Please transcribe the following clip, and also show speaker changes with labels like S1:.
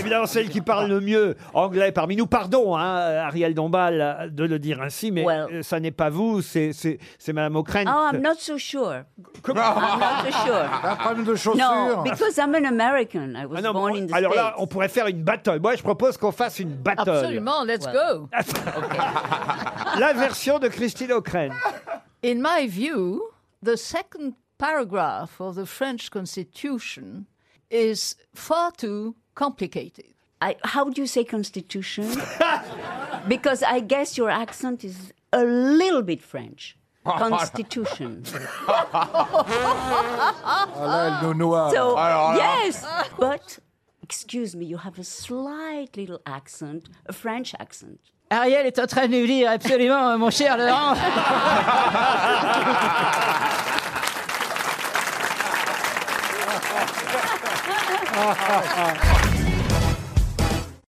S1: évidemment celle qui parle le mieux anglais parmi nous. Pardon, hein, Ariel Dombal, euh, de le dire ainsi, mais
S2: Well.
S1: euh, ça n'est pas vous, c'est c'est- c'est Madame O'Krent.
S2: Oh, I'm not so sure.
S1: Comment-
S2: I'm not so sure.
S3: Un Ah, problème de chaussures.
S2: No, because I'm an American. I was
S1: Ah non,
S2: born
S1: mais
S2: in
S1: on-
S2: the
S1: alors là,
S2: States.
S1: on pourrait faire une battle. Moi, je propose qu'on fasse une battle.
S4: Absolument, let's go.
S2: oh,
S1: La version de Christine O'Krent.
S4: In my view, the second paragraph of the French Constitution is far too complicated.
S2: I, how do you say constitution? because I guess your accent is a little bit French. Constitution.
S3: Ah là, elle nous noie.
S2: oh, So,
S3: Alors là.
S2: yes, but excuse me, you have a slight little accent, a French accent.
S4: Ariel est en train de nous lire absolument, mon cher Laurent.